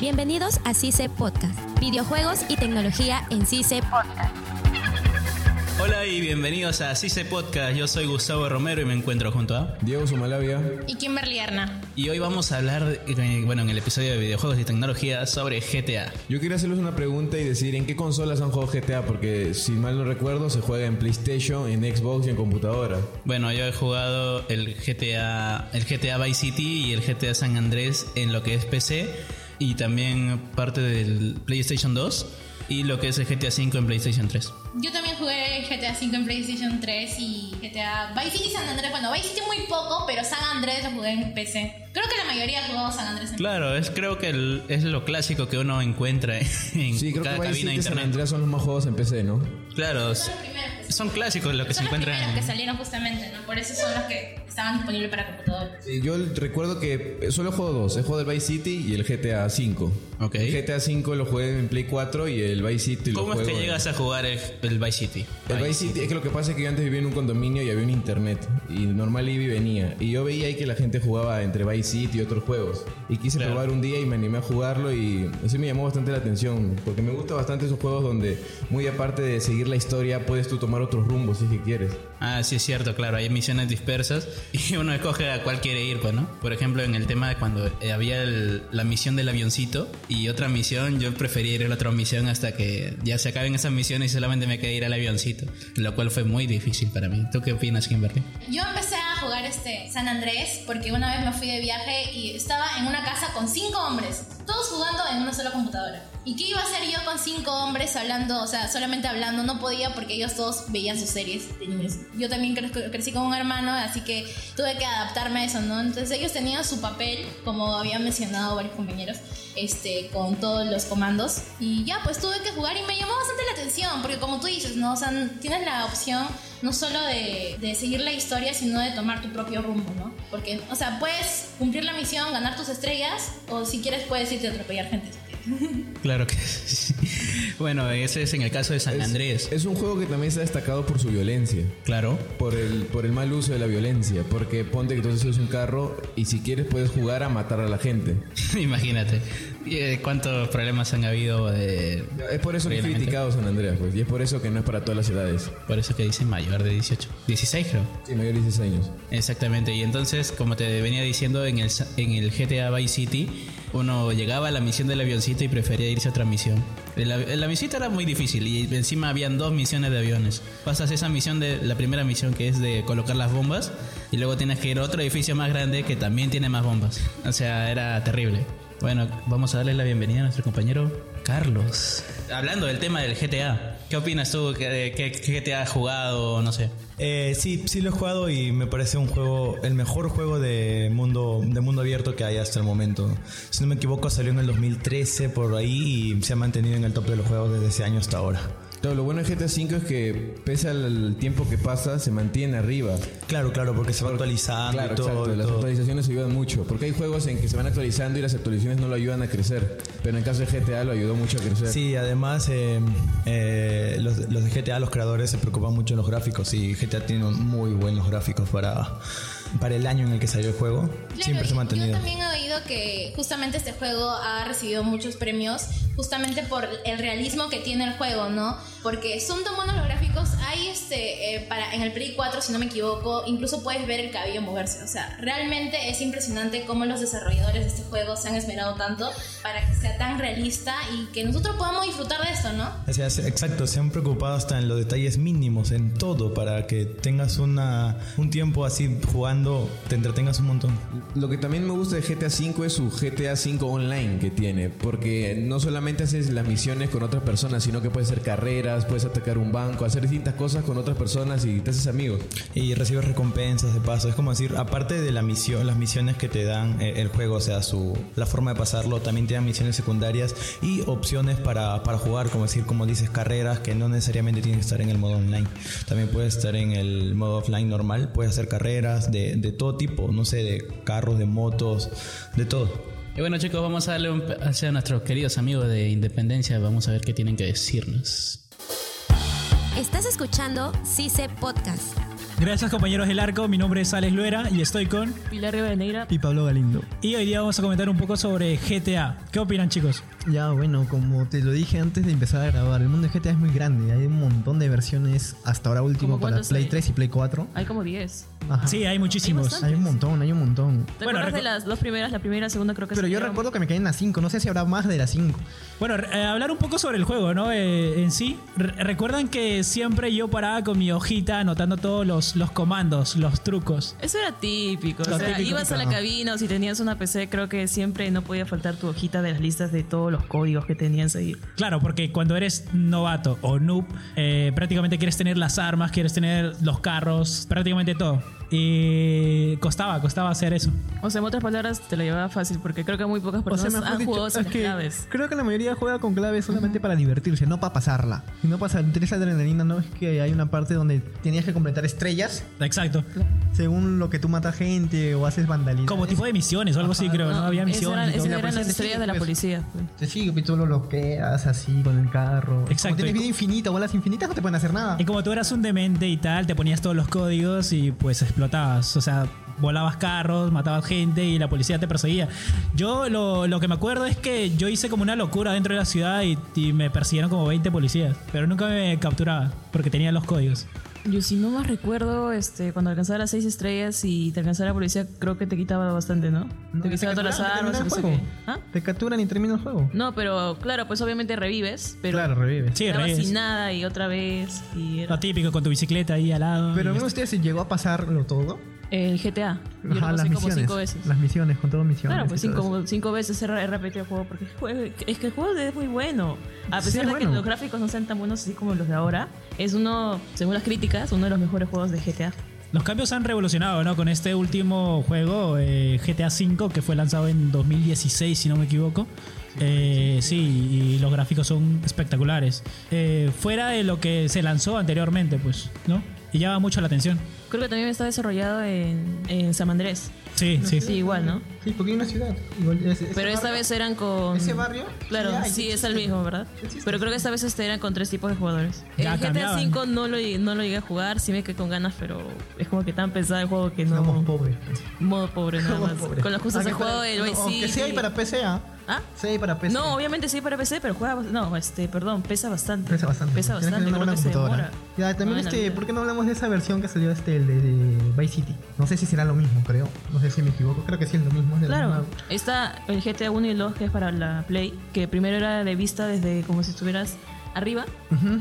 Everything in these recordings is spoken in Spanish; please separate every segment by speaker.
Speaker 1: Bienvenidos a CICE Podcast, videojuegos y tecnología en CICE Podcast.
Speaker 2: Hola y bienvenidos a CICE Podcast. Yo soy Gustavo Romero y me encuentro junto a.
Speaker 3: Diego Sumalavia.
Speaker 4: Y Kimberly Arna.
Speaker 2: Y hoy vamos a hablar, eh, bueno, en el episodio de videojuegos y tecnología sobre GTA.
Speaker 3: Yo quería hacerles una pregunta y decir en qué consolas han jugado GTA, porque si mal no recuerdo, se juega en PlayStation, en Xbox y en computadora.
Speaker 2: Bueno, yo he jugado el GTA, el GTA Vice City y el GTA San Andrés en lo que es PC y también parte del PlayStation 2 y lo que es el GTA 5 en PlayStation 3.
Speaker 4: Yo también jugué GTA V en PlayStation 3 y GTA Vice City y San Andrés. Bueno, Vice City muy poco, pero San Andrés lo jugué en PC. Creo que la mayoría jugó San Andrés en
Speaker 2: Claro, es creo que el- es lo clásico que uno encuentra en
Speaker 3: Sí, creo
Speaker 2: cada
Speaker 3: que Vice
Speaker 2: cabina
Speaker 3: City
Speaker 2: de
Speaker 3: y San
Speaker 2: internet.
Speaker 3: Andreas son los más juegos en PC, ¿no?
Speaker 2: Claro,
Speaker 4: PC. Son los primeros que-
Speaker 2: son clásicos los que se
Speaker 4: son los primeros
Speaker 2: encuentran.
Speaker 4: que salieron justamente, ¿no? Por eso son los que estaban disponibles para computador.
Speaker 3: Sí, Yo recuerdo que solo juego dos. He jugado el Vice City y el GTA V.
Speaker 2: Ok.
Speaker 3: El GTA V lo jugué en Play 4 y el Vice City lo
Speaker 2: ¿Cómo es
Speaker 3: juego
Speaker 2: que
Speaker 3: en-
Speaker 2: llegas a jugar el, el Vice City?
Speaker 3: El Vice City, es que lo que pasa es que yo antes vivía en un condominio y había un internet. Y normal iba y venía. Y yo veía ahí que la gente jugaba entre Vice City y otros juegos. Y quise
Speaker 2: Claro.
Speaker 3: probar un día y me animé a jugarlo y eso me llamó bastante la atención. Porque me gusta bastante esos juegos donde, muy aparte de seguir la historia, puedes tú tomar otros rumbos si es que quieres.
Speaker 2: Ah, sí es cierto, claro, hay misiones dispersas y uno escoge a cuál quiere ir, pues, ¿no? Por ejemplo, en el tema de cuando eh, había el- la misión del avioncito y otra misión, yo preferí ir a la otra misión hasta que ya se acaben esas misiones y solamente me quedé ir al avioncito, lo cual fue muy difícil para mí. ¿Tú qué opinas, Kimberly?
Speaker 4: Yo empecé a jugar este San Andrés porque una vez me fui de viaje y estaba en una casa con cinco hombres, todos jugando en una sola computadora. ¿Y qué iba a hacer yo con cinco hombres hablando, o sea, solamente hablando? No podía porque ellos todos veían sus series de niños. Yo también cre- crecí con un hermano, así que tuve que adaptarme a eso, ¿no? Entonces ellos tenían su papel, como habían mencionado varios compañeros, este, con todos los comandos. Y ya, pues tuve que jugar y me llamó bastante la atención, porque como tú dices, ¿no? O sea, tienes la opción no solo de, de seguir la historia, sino de tomar tu propio rumbo, ¿no? Porque, o sea, puedes cumplir la misión, ganar tus estrellas, o si quieres puedes irte a atropellar gente.
Speaker 2: Claro que sí. Bueno, ese es en el caso de San
Speaker 3: Es-
Speaker 2: Andrés.
Speaker 3: Es un juego que también se ha destacado por su violencia.
Speaker 2: Claro.
Speaker 3: Por el, por el mal uso de la violencia. Porque ponte que tú es un carro y si quieres puedes jugar a matar a la gente.
Speaker 2: Imagínate. Y, eh, ¿Cuántos problemas han habido de...
Speaker 3: Es por eso que es
Speaker 2: Realmente.
Speaker 3: criticado San Andreas, pues. Y es por eso que no es para todas las edades.
Speaker 2: Por eso que dicen mayor de 18. 16 creo.
Speaker 3: Sí, mayor de 16 años.
Speaker 2: Exactamente, y entonces, como te venía diciendo en el, en el GTA Vice City, uno llegaba a la misión del avioncito y prefería irse a otra misión. La, la misión era muy difícil y encima habían dos misiones de aviones. Pasas esa misión de la primera misión que es de colocar las bombas y luego tienes que ir a otro edificio más grande que también tiene más bombas. O sea, era terrible. Bueno, vamos a darle la bienvenida a nuestro compañero Carlos. Hablando del tema del GTA, ¿qué opinas tú? ¿Qué, qué- qué GTA has jugado? No sé.
Speaker 5: Eh, sí, sí lo he jugado y me parece un juego, el mejor juego de mundo, de mundo abierto que hay hasta el momento. Si no me equivoco, salió en el 2013 por ahí y se ha mantenido en el top de los juegos desde ese año hasta ahora.
Speaker 3: Claro, lo bueno de GTA V es que pese al- al tiempo que pasa, se mantiene arriba.
Speaker 5: Claro, claro, porque se va actualizando
Speaker 3: Claro,
Speaker 5: y todo.
Speaker 3: exacto,
Speaker 5: y
Speaker 3: las
Speaker 5: todo.
Speaker 3: actualizaciones ayudan mucho, porque hay juegos en que se van actualizando y las actualizaciones no lo ayudan a crecer, pero en el caso de GTA lo ayudó mucho a crecer.
Speaker 5: Sí, además eh, eh, los, los de GTA, los creadores se preocupan mucho en los gráficos y GTA tiene un muy buenos gráficos para, para el año en el que salió el juego.
Speaker 4: Claro,
Speaker 5: Siempre
Speaker 4: y
Speaker 5: se ha
Speaker 4: Yo
Speaker 5: mantenido.
Speaker 4: también he oído que justamente este juego ha recibido muchos premios justamente por el realismo que tiene el juego, ¿no? Porque son tan buenos los gráficos. Hay este, eh, para, en el Play 4, si no me equivoco, incluso puedes ver el cabello moverse. O sea, realmente es impresionante cómo los desarrolladores de este juego se han esmerado tanto para que sea tan realista y que nosotros podamos disfrutar de esto, ¿no?
Speaker 5: O sea, se- exacto, se han preocupado hasta en los detalles mínimos, en todo, para que tengas una, un tiempo así jugando, te entretengas un montón.
Speaker 3: Lo que también me gusta de GTA V es su GTA V online que tiene, porque no solamente haces las misiones con otras personas, sino que puedes hacer carreras, puedes atacar un banco, hacer distintas cosas con otras personas y te haces amigos.
Speaker 5: Y recibes recompensas de paso. Es como decir, aparte de la misión, las misiones que te dan eh, el juego, o sea, su, la forma de pasarlo, también te dan misiones secundarias y opciones para, para jugar, como decir, como dices, carreras que no necesariamente tienes que estar en el modo online. También puedes estar en el modo offline normal, puedes hacer carreras de, de todo tipo, no sé, de carros, de motos, de todo.
Speaker 2: Y bueno chicos, vamos a darle un pase a nuestros queridos amigos de Independencia, vamos a ver qué tienen que decirnos.
Speaker 1: Estás escuchando CICE Podcast,
Speaker 6: Gracias compañeros del arco, mi nombre es Alex Luera y estoy con...
Speaker 7: Pilar Rivadeneira.
Speaker 8: y Pablo Galindo.
Speaker 6: Y hoy día vamos a comentar un poco sobre GTA. ¿Qué opinan chicos?
Speaker 8: Ya, bueno, como te lo dije antes de empezar a grabar, el mundo de GTA es muy grande. Hay un montón de versiones hasta ahora último
Speaker 7: ¿Cómo Ah,
Speaker 8: para
Speaker 7: cuántas
Speaker 8: Play
Speaker 7: hay?
Speaker 8: 3 y Play 4.
Speaker 7: Hay como 10.
Speaker 8: Ajá. Pues,
Speaker 6: Sí, hay muchísimos.
Speaker 8: Hay un montón, hay un montón.
Speaker 7: ¿Te
Speaker 6: Bueno,
Speaker 7: acuerdas de
Speaker 6: recu-
Speaker 7: las dos primeras? La primera, la segunda creo que
Speaker 8: Pero yo
Speaker 7: salieron.
Speaker 8: recuerdo que me caen las 5. No sé si habrá más de las 5.
Speaker 6: Bueno, re- eh, hablar un poco sobre el juego, ¿no? Eh, en sí. Re- Recuerdan que siempre yo paraba con mi hojita anotando todos los, los comandos, los trucos.
Speaker 7: Eso era típico.
Speaker 6: Lo
Speaker 7: o sea,
Speaker 6: típico,
Speaker 7: ibas a la
Speaker 8: claro.
Speaker 7: cabina o si tenías una PC, creo que siempre no podía faltar tu hojita de las listas de todos los códigos que tenías ahí.
Speaker 6: Claro, porque cuando eres novato o noob, eh, prácticamente quieres tener las armas, quieres tener los carros, prácticamente todo. Y costaba, costaba hacer eso.
Speaker 7: O sea, en otras palabras, te lo llevaba fácil porque creo que muy pocas personas han jugado sin
Speaker 8: es
Speaker 7: las
Speaker 8: que
Speaker 7: claves.
Speaker 8: creo que la mayoría juega con claves solamente para divertirse, no para pasarla. Y no para sentir esa adrenalina, no es que hay una parte donde tenías que completar estrellas
Speaker 6: Exacto.
Speaker 8: según lo que tú matas gente o haces vandalismo.
Speaker 6: Como tipo de misiones o algo así, creo. No, había
Speaker 7: esas
Speaker 6: misiones.
Speaker 7: eran,
Speaker 6: y
Speaker 7: esas
Speaker 6: todo.
Speaker 7: eran las historias de la policía. pues.
Speaker 8: Te sigue, pero tú lo bloqueas así con el carro.
Speaker 6: Exacto.
Speaker 8: Como tienes vida infinita, bolas infinitas, no te pueden hacer nada.
Speaker 6: Y como tú eras un demente y tal, te ponías todos los códigos y pues explotabas. O sea, volabas carros, matabas gente y la policía te perseguía. Yo lo, lo que me acuerdo es que yo hice como una locura dentro de la ciudad y, y me persiguieron como 20 policías. Pero nunca me capturaban porque tenía los códigos.
Speaker 7: Yo si no más recuerdo, este, cuando alcanzaba las seis estrellas y te alcanzaba la policía, creo que te quitaba bastante, ¿no?
Speaker 8: No,
Speaker 7: te quitaba
Speaker 8: te
Speaker 7: todas las
Speaker 8: capturaban,
Speaker 7: armas,
Speaker 8: te
Speaker 7: no sé
Speaker 8: terminaba
Speaker 7: qué.
Speaker 8: el
Speaker 7: ¿Ah?
Speaker 8: Te capturan y termina el juego.
Speaker 7: No, pero claro, pues obviamente revives, pero
Speaker 8: claro, revive.
Speaker 6: Sí,
Speaker 7: estabas
Speaker 6: reyes.
Speaker 7: sin nada y otra vez. Y era-
Speaker 6: Lo típico, con tu bicicleta ahí al lado.
Speaker 8: Pero
Speaker 6: Y-
Speaker 8: alguno de ustedes se llegó a pasarlo todo.
Speaker 7: El GTA. Yo lo
Speaker 8: Ah. Ajá,
Speaker 7: pasé como cinco veces.
Speaker 8: Las misiones, con todo misiones.
Speaker 7: Claro, pues
Speaker 8: y todo eso.
Speaker 7: cinco, cinco veces he re- he repetido el juego porque el juego- es que el juego es muy bueno. A
Speaker 8: Sí,
Speaker 7: pesar de
Speaker 8: es
Speaker 7: que
Speaker 8: bueno.
Speaker 7: los gráficos no sean tan buenos así como los de ahora, es uno, según las críticas, uno de los mejores juegos de GTA.
Speaker 6: Los cambios han revolucionado, ¿no? Con este último juego, eh, GTA V, que fue lanzado en 2016, si no me equivoco. Eh, Sí, y los gráficos son espectaculares. Eh, fuera de lo que se lanzó anteriormente, pues, ¿no? Y llama mucho la atención.
Speaker 7: Creo que también está desarrollado en, en San Andrés.
Speaker 6: Sí, sí.
Speaker 7: Sí, igual, ¿no?
Speaker 8: Sí, porque hay una ciudad. Igual, ese- ese
Speaker 7: Pero esta
Speaker 8: barrio-
Speaker 7: vez eh, eran con...
Speaker 8: Ese barrio.
Speaker 7: Claro,
Speaker 8: hay,
Speaker 7: sí, es
Speaker 8: existe.
Speaker 7: el mismo, ¿verdad?
Speaker 8: Existe.
Speaker 7: Pero creo que esta vez este eran con tres tipos de jugadores. Eh,
Speaker 6: Ya
Speaker 7: el GTA
Speaker 6: cambiaban.
Speaker 7: V no lo, no lo llegué a jugar, sí me quedé con ganas, pero es como que tan pesado el juego que no...
Speaker 8: Somos pobres.
Speaker 7: Modo pobre nada
Speaker 8: Somos
Speaker 7: más.
Speaker 8: pobres.
Speaker 7: Con los justos
Speaker 8: Ah,
Speaker 7: se
Speaker 8: que
Speaker 7: juego
Speaker 8: para-
Speaker 7: el
Speaker 8: no,
Speaker 7: Vice
Speaker 8: Que sí
Speaker 7: City.
Speaker 8: hay para PC, ¿ah?
Speaker 7: ¿Ah?
Speaker 8: Sí hay para PC.
Speaker 7: No, obviamente sí para PC, pero juega... bast- No, este, perdón, pesa bastante.
Speaker 8: Pesa bastante.
Speaker 7: Pesa
Speaker 8: Tienes que tener
Speaker 7: bastante,
Speaker 8: una
Speaker 7: creo
Speaker 8: buena
Speaker 7: que se
Speaker 8: computadora.
Speaker 7: demora.
Speaker 8: Ya, también
Speaker 7: Toda la
Speaker 8: este,
Speaker 7: vida.
Speaker 8: ¿por qué no hablamos de esa versión que salió este, el de, de Vice City? No sé si será lo mismo, creo. No sé si me equivoco. Creo que sí es lo mismo. es de la
Speaker 7: Claro,
Speaker 8: misma-
Speaker 7: está el GTA 1 y el 2 que es para la Play, que primero era de vista desde como si estuvieras arriba,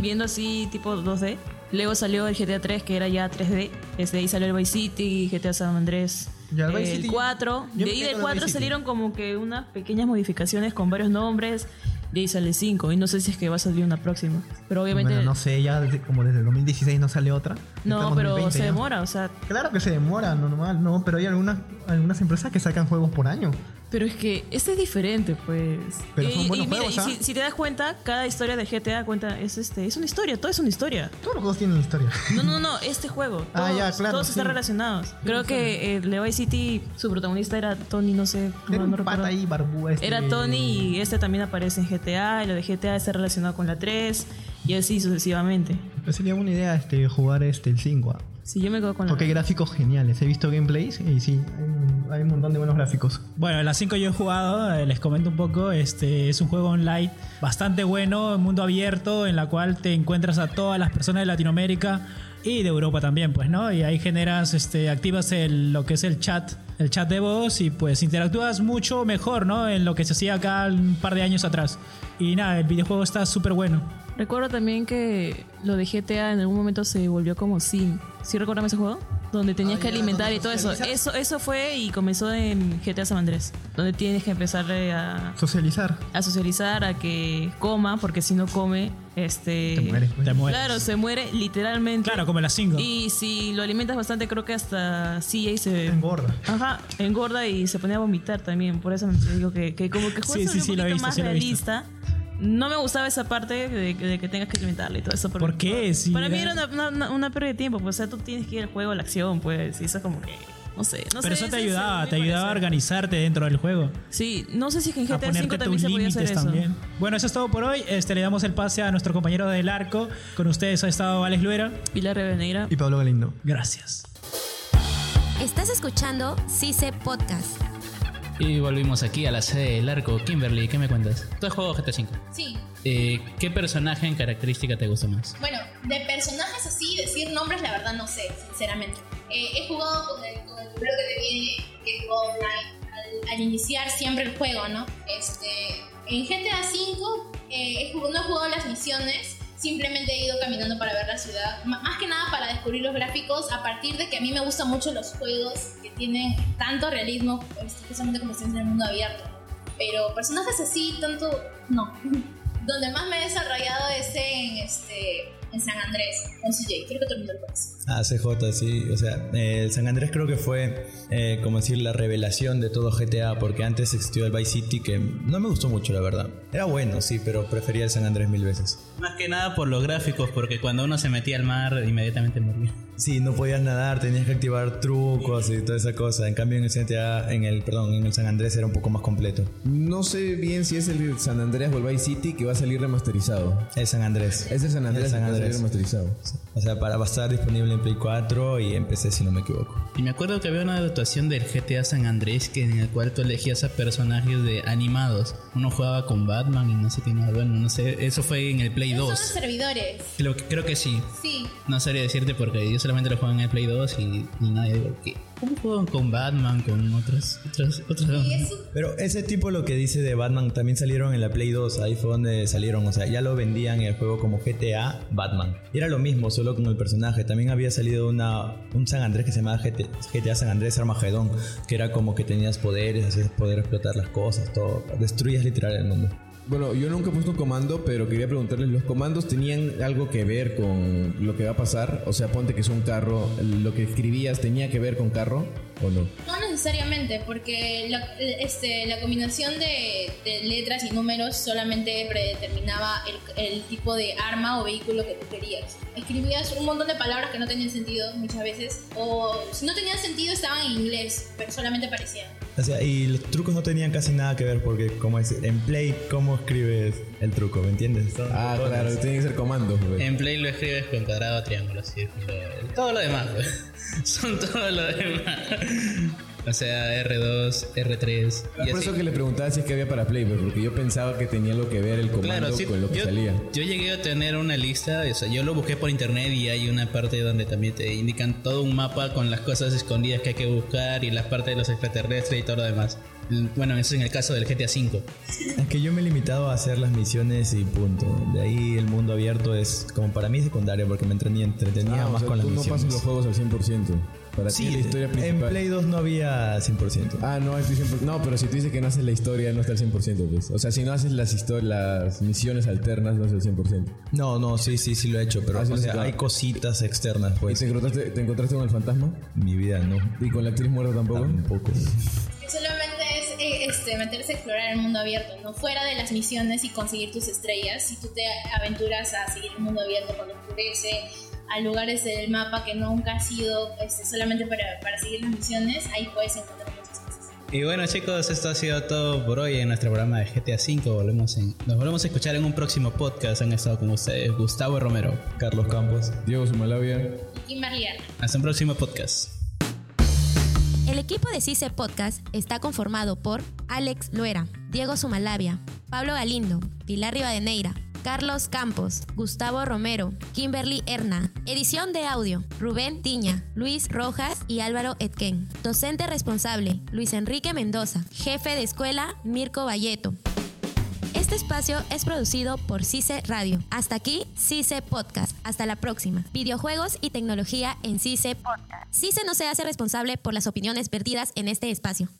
Speaker 7: viendo así tipo 2D. Luego salió el GTA 3 que era ya 3D, desde ahí salió el Vice City, GTA San Andrés.
Speaker 8: Ya, el
Speaker 7: el
Speaker 8: Vice City-
Speaker 7: 4,
Speaker 8: yo me
Speaker 7: de ahí
Speaker 8: quedé
Speaker 7: del
Speaker 8: con el
Speaker 7: 4
Speaker 8: Vice City.
Speaker 7: salieron como que unas pequeñas modificaciones con varios nombres, de ahí sale el 5 y no sé si es que va a salir una próxima, pero obviamente
Speaker 8: Bueno, no sé, ya desde- como desde el 2016 no sale otra.
Speaker 7: no,
Speaker 8: Estamos en
Speaker 7: pero
Speaker 8: 2020
Speaker 7: se
Speaker 8: ya.
Speaker 7: demora, o sea,
Speaker 8: Claro que se demora, no, normal, no, pero hay algunas, algunas empresas que sacan juegos por año.
Speaker 7: Pero es que este es diferente, pues.
Speaker 8: Pero
Speaker 7: y,
Speaker 8: son buenos
Speaker 7: y mira,
Speaker 8: juegos,
Speaker 7: y
Speaker 8: ¿ah?
Speaker 7: si, si te das cuenta, cada historia de GTA cuenta es este, es una historia, todo es una historia.
Speaker 8: Todos los juegos tienen historia.
Speaker 7: No, no, no, este juego. Todos,
Speaker 8: Ah, ya, claro,
Speaker 7: todos
Speaker 8: sí.
Speaker 7: están relacionados. Creo que eh, Levi City, su protagonista era Tony, no sé, no,
Speaker 8: Era
Speaker 7: no
Speaker 8: un
Speaker 7: recuerdo.
Speaker 8: pata ahí, barbuda. este-
Speaker 7: Era Tony y este también aparece en GTA, y lo de GTA está relacionado con la 3, y así sucesivamente.
Speaker 8: Pero sería buena idea este, jugar este, el 5. ah.
Speaker 7: Si yo me quedo con la.
Speaker 8: Porque hay gráficos geniales. He visto gameplays y sí, hay un, hay un montón de buenos gráficos.
Speaker 6: Bueno, las 5 yo he jugado, eh, les comento un poco. Este es un juego online bastante bueno, en mundo abierto, en la cual te encuentras a todas las personas de Latinoamérica y de Europa también, pues, ¿no? Y ahí generas, este, activas el, lo que es el chat, el chat de voz y pues interactúas mucho mejor, ¿no? En lo que se hacía acá un par de años atrás. Y nada, el videojuego está súper bueno.
Speaker 7: Recuerdo también que lo de GTA en algún momento se volvió como Sim. ¿Sí recuerdan ese juego? Donde tenías que alimentar y todo eso. Eso eso fue y comenzó en GTA San Andrés. Donde tienes que empezar eh, a,
Speaker 8: Socializar.
Speaker 7: a socializar, a que coma, porque si no come, este...
Speaker 8: Te mueres. pues.
Speaker 6: Te mueres.
Speaker 7: Claro, se muere literalmente.
Speaker 6: Claro, como las 5.
Speaker 7: Y si lo alimentas bastante, creo que hasta CJ se...
Speaker 8: Te engorda.
Speaker 7: Ajá, engorda y se ponía a vomitar también. Por eso te digo que, que como que el juego
Speaker 6: Sí,
Speaker 7: se
Speaker 6: sí,
Speaker 7: volvió
Speaker 6: sí,
Speaker 7: un
Speaker 6: lo he visto,
Speaker 7: poquito más
Speaker 6: sí, lo he visto.
Speaker 7: realista. No me gustaba esa parte de, de que tengas que alimentarle y todo eso. porque-
Speaker 6: ¿Por qué? Si
Speaker 7: Para mí
Speaker 6: era-
Speaker 7: era una, una- una- una pérdida de tiempo. Pues, o sea, tú tienes que ir al juego, a la acción, pues. Y eso es como que No sé, no sé.
Speaker 6: Pero eso te
Speaker 7: sí, sí,
Speaker 6: ayudaba,
Speaker 7: me
Speaker 6: te ayudaba a
Speaker 7: parece.
Speaker 6: organizarte dentro del juego.
Speaker 7: Sí, no sé si es que en
Speaker 6: a
Speaker 7: GTA V
Speaker 6: ponerte
Speaker 7: también
Speaker 6: tus
Speaker 7: se podía hacer
Speaker 6: límites
Speaker 7: eso.
Speaker 6: también. Bueno, eso es todo por hoy. Este, le damos el pase a nuestro compañero del arco. Con ustedes ha estado Alex Luera.
Speaker 7: Y la Reveneira.
Speaker 8: Y Pablo Galindo.
Speaker 6: Gracias.
Speaker 1: Estás escuchando CICE Podcast.
Speaker 2: Y volvimos aquí a la sede del arco. Kimberly, ¿qué me cuentas? ¿Tú has jugado GTA V?
Speaker 4: Sí.
Speaker 2: Eh, ¿Qué personaje en característica te gusta más?
Speaker 4: Bueno, de personajes así, decir nombres, la verdad no sé, sinceramente. Eh, he jugado con el, con el primero que te viene, que jugó online, al, al iniciar siempre el juego, ¿no? Este, en GTA V eh, he jug- no he jugado las misiones, simplemente he ido caminando para ver la ciudad, M- más que nada para descubrir los gráficos, a partir de que a mí me gustan mucho los juegos que tienen tanto realismo, pues, especialmente como están en el mundo abierto. Pero personajes así, tanto, no. Donde más me he desarrollado es en, este, en San Andrés, con CJ. Creo que terminó el juego.
Speaker 5: Ah, CJ, sí. O sea, eh, el San Andrés creo que fue, eh, como decir, la revelación de todo GTA, porque antes existió el Vice City, que no me gustó mucho, la verdad. Era bueno, sí, pero prefería el San Andrés mil veces.
Speaker 2: Más que nada por los gráficos, porque cuando uno se metía al mar, inmediatamente moría.
Speaker 5: Sí, no podías nadar, tenías que activar trucos y toda esa cosa. En cambio, en el GTA, en el, perdón, en el San Andrés era un poco más completo.
Speaker 3: No sé bien si es el San Andreas o el Vice City que va a salir remasterizado.
Speaker 5: El San Andrés.
Speaker 3: Es el San Andreas
Speaker 5: El San
Speaker 3: que va a salir
Speaker 5: Andrés.
Speaker 3: remasterizado.
Speaker 5: O sea, para, va a estar disponible en Play 4 y en PC, si no me equivoco.
Speaker 2: Y me acuerdo que había una adaptación del GTA San Andrés que en el cual tú elegías a personajes de animados. Uno jugaba con Batman y no sé qué más. Bueno, no sé, eso fue en el Play
Speaker 4: Esos Son los
Speaker 2: 2.
Speaker 4: servidores.
Speaker 2: Creo que, creo que sí.
Speaker 4: Sí.
Speaker 2: No sabría decirte porque yo solamente lo jugaba en el Play 2 y, y nadie digo, ¿qué? ¿Cómo juegan con Batman, con otros? otros, otros?
Speaker 4: Y eso,
Speaker 5: Pero ese tipo lo que dice de Batman también salieron en la Play 2, ahí fue donde salieron, o sea, ya lo vendían en el juego como GTA Batman. Y era lo mismo, solo con el personaje. También había salido una, un San Andrés que se llamaba GTA, GTA San Andrés Armagedón, que era como que tenías poderes, hacías poder explotar las cosas, todo, destruías literal el mundo.
Speaker 3: Bueno, yo nunca he puesto un comando, pero quería preguntarles, ¿los comandos tenían algo que ver con lo que va a pasar? O sea, ponte que es un carro, lo que escribías tenía que ver con carro o no?
Speaker 4: no necesariamente, porque la, este, la combinación de, de letras y números solamente predeterminaba el, el tipo de arma o vehículo que tú querías. Escribías un montón de palabras que no tenían sentido muchas veces, o si no tenían sentido estaban en inglés, pero solamente aparecían.
Speaker 5: O sea, y los trucos no tenían casi nada que ver porque como es en Play, ¿cómo escribes el truco? ¿Me entiendes? Son
Speaker 3: Ah,
Speaker 5: botones.
Speaker 3: claro, tiene que ser comandos.
Speaker 5: Eh,
Speaker 3: güey.
Speaker 2: En Play lo escribes con cuadrado, triángulo, círculo. Todo lo demás, güey. Son todo lo demás. O sea, R2, R3.
Speaker 3: Por
Speaker 2: Y así.
Speaker 3: eso que le preguntaba si es que había para Play, pues, porque yo pensaba que tenía algo que ver el comando
Speaker 2: sí,
Speaker 3: con lo que
Speaker 2: yo,
Speaker 3: salía.
Speaker 2: yo llegué a tener una lista, o sea, yo lo busqué por internet y hay una parte donde también te indican todo un mapa con las cosas escondidas que hay que buscar y las partes de los extraterrestres y todo lo demás. Bueno, eso es en el caso del GTA V.
Speaker 5: Es que yo me he limitado a hacer las misiones y punto. De ahí el mundo abierto es como para mí secundario porque me entretenía, entretenía
Speaker 3: Ah, o
Speaker 5: más
Speaker 3: sea,
Speaker 5: con las
Speaker 3: tú no
Speaker 5: misiones.
Speaker 3: pasas los juegos al 100%. Para ti
Speaker 5: sí,
Speaker 3: es la historia
Speaker 5: en
Speaker 3: principal.
Speaker 5: Play 2 no había 100%.
Speaker 3: Ah, no, es tu 100%. no, pero si tú dices que no haces la historia, no está al 100%. Pues. O sea, si no haces las, histo- las misiones alternas, no es al 100%.
Speaker 5: No, no, sí, sí, sí lo he hecho, pero
Speaker 3: Ah, sí,
Speaker 5: o
Speaker 3: lo
Speaker 5: sea,
Speaker 3: has hecho.
Speaker 5: hay cositas externas,
Speaker 3: ¿Y
Speaker 5: pues.
Speaker 3: te encontraste, te encontraste con el fantasma?
Speaker 5: Mi vida, no.
Speaker 3: ¿Y con la actriz muerta tampoco?
Speaker 5: Tampoco.
Speaker 4: Que solamente es eh, este, meterse a explorar el mundo abierto, no fuera de las misiones y conseguir tus estrellas. Si tú te aventuras a seguir el mundo abierto cuando oscurece, a lugares del mapa que nunca has ido este, solamente para, para seguir las misiones, ahí puedes encontrar muchas cosas.
Speaker 2: Y bueno chicos, esto ha sido todo por hoy en nuestro programa de GTA V. Volvemos en- nos volvemos a escuchar en un próximo podcast. Han estado con ustedes Gustavo Romero.
Speaker 5: Carlos Campos.
Speaker 3: Diego Sumalavia.
Speaker 4: Y Kimberly Arna.
Speaker 2: Hasta un próximo podcast.
Speaker 1: El equipo de CICE Podcast está conformado por Alex Luera, Diego Sumalavia, Pablo Galindo, Pilar Rivadeneira, Carlos Campos, Gustavo Romero, Kimberly Herna. Edición de audio, Rubén Tiña, Luis Rojas y Álvaro Etquén. Docente responsable, Luis Enrique Mendoza. Jefe de escuela, Mirko Valleto. Este espacio es producido por CICE E Radio. Hasta aquí, CICE E Podcast. Hasta la próxima. Videojuegos y E tecnología en CICE Podcast. CICE no se hace responsable por las opiniones perdidas en este espacio.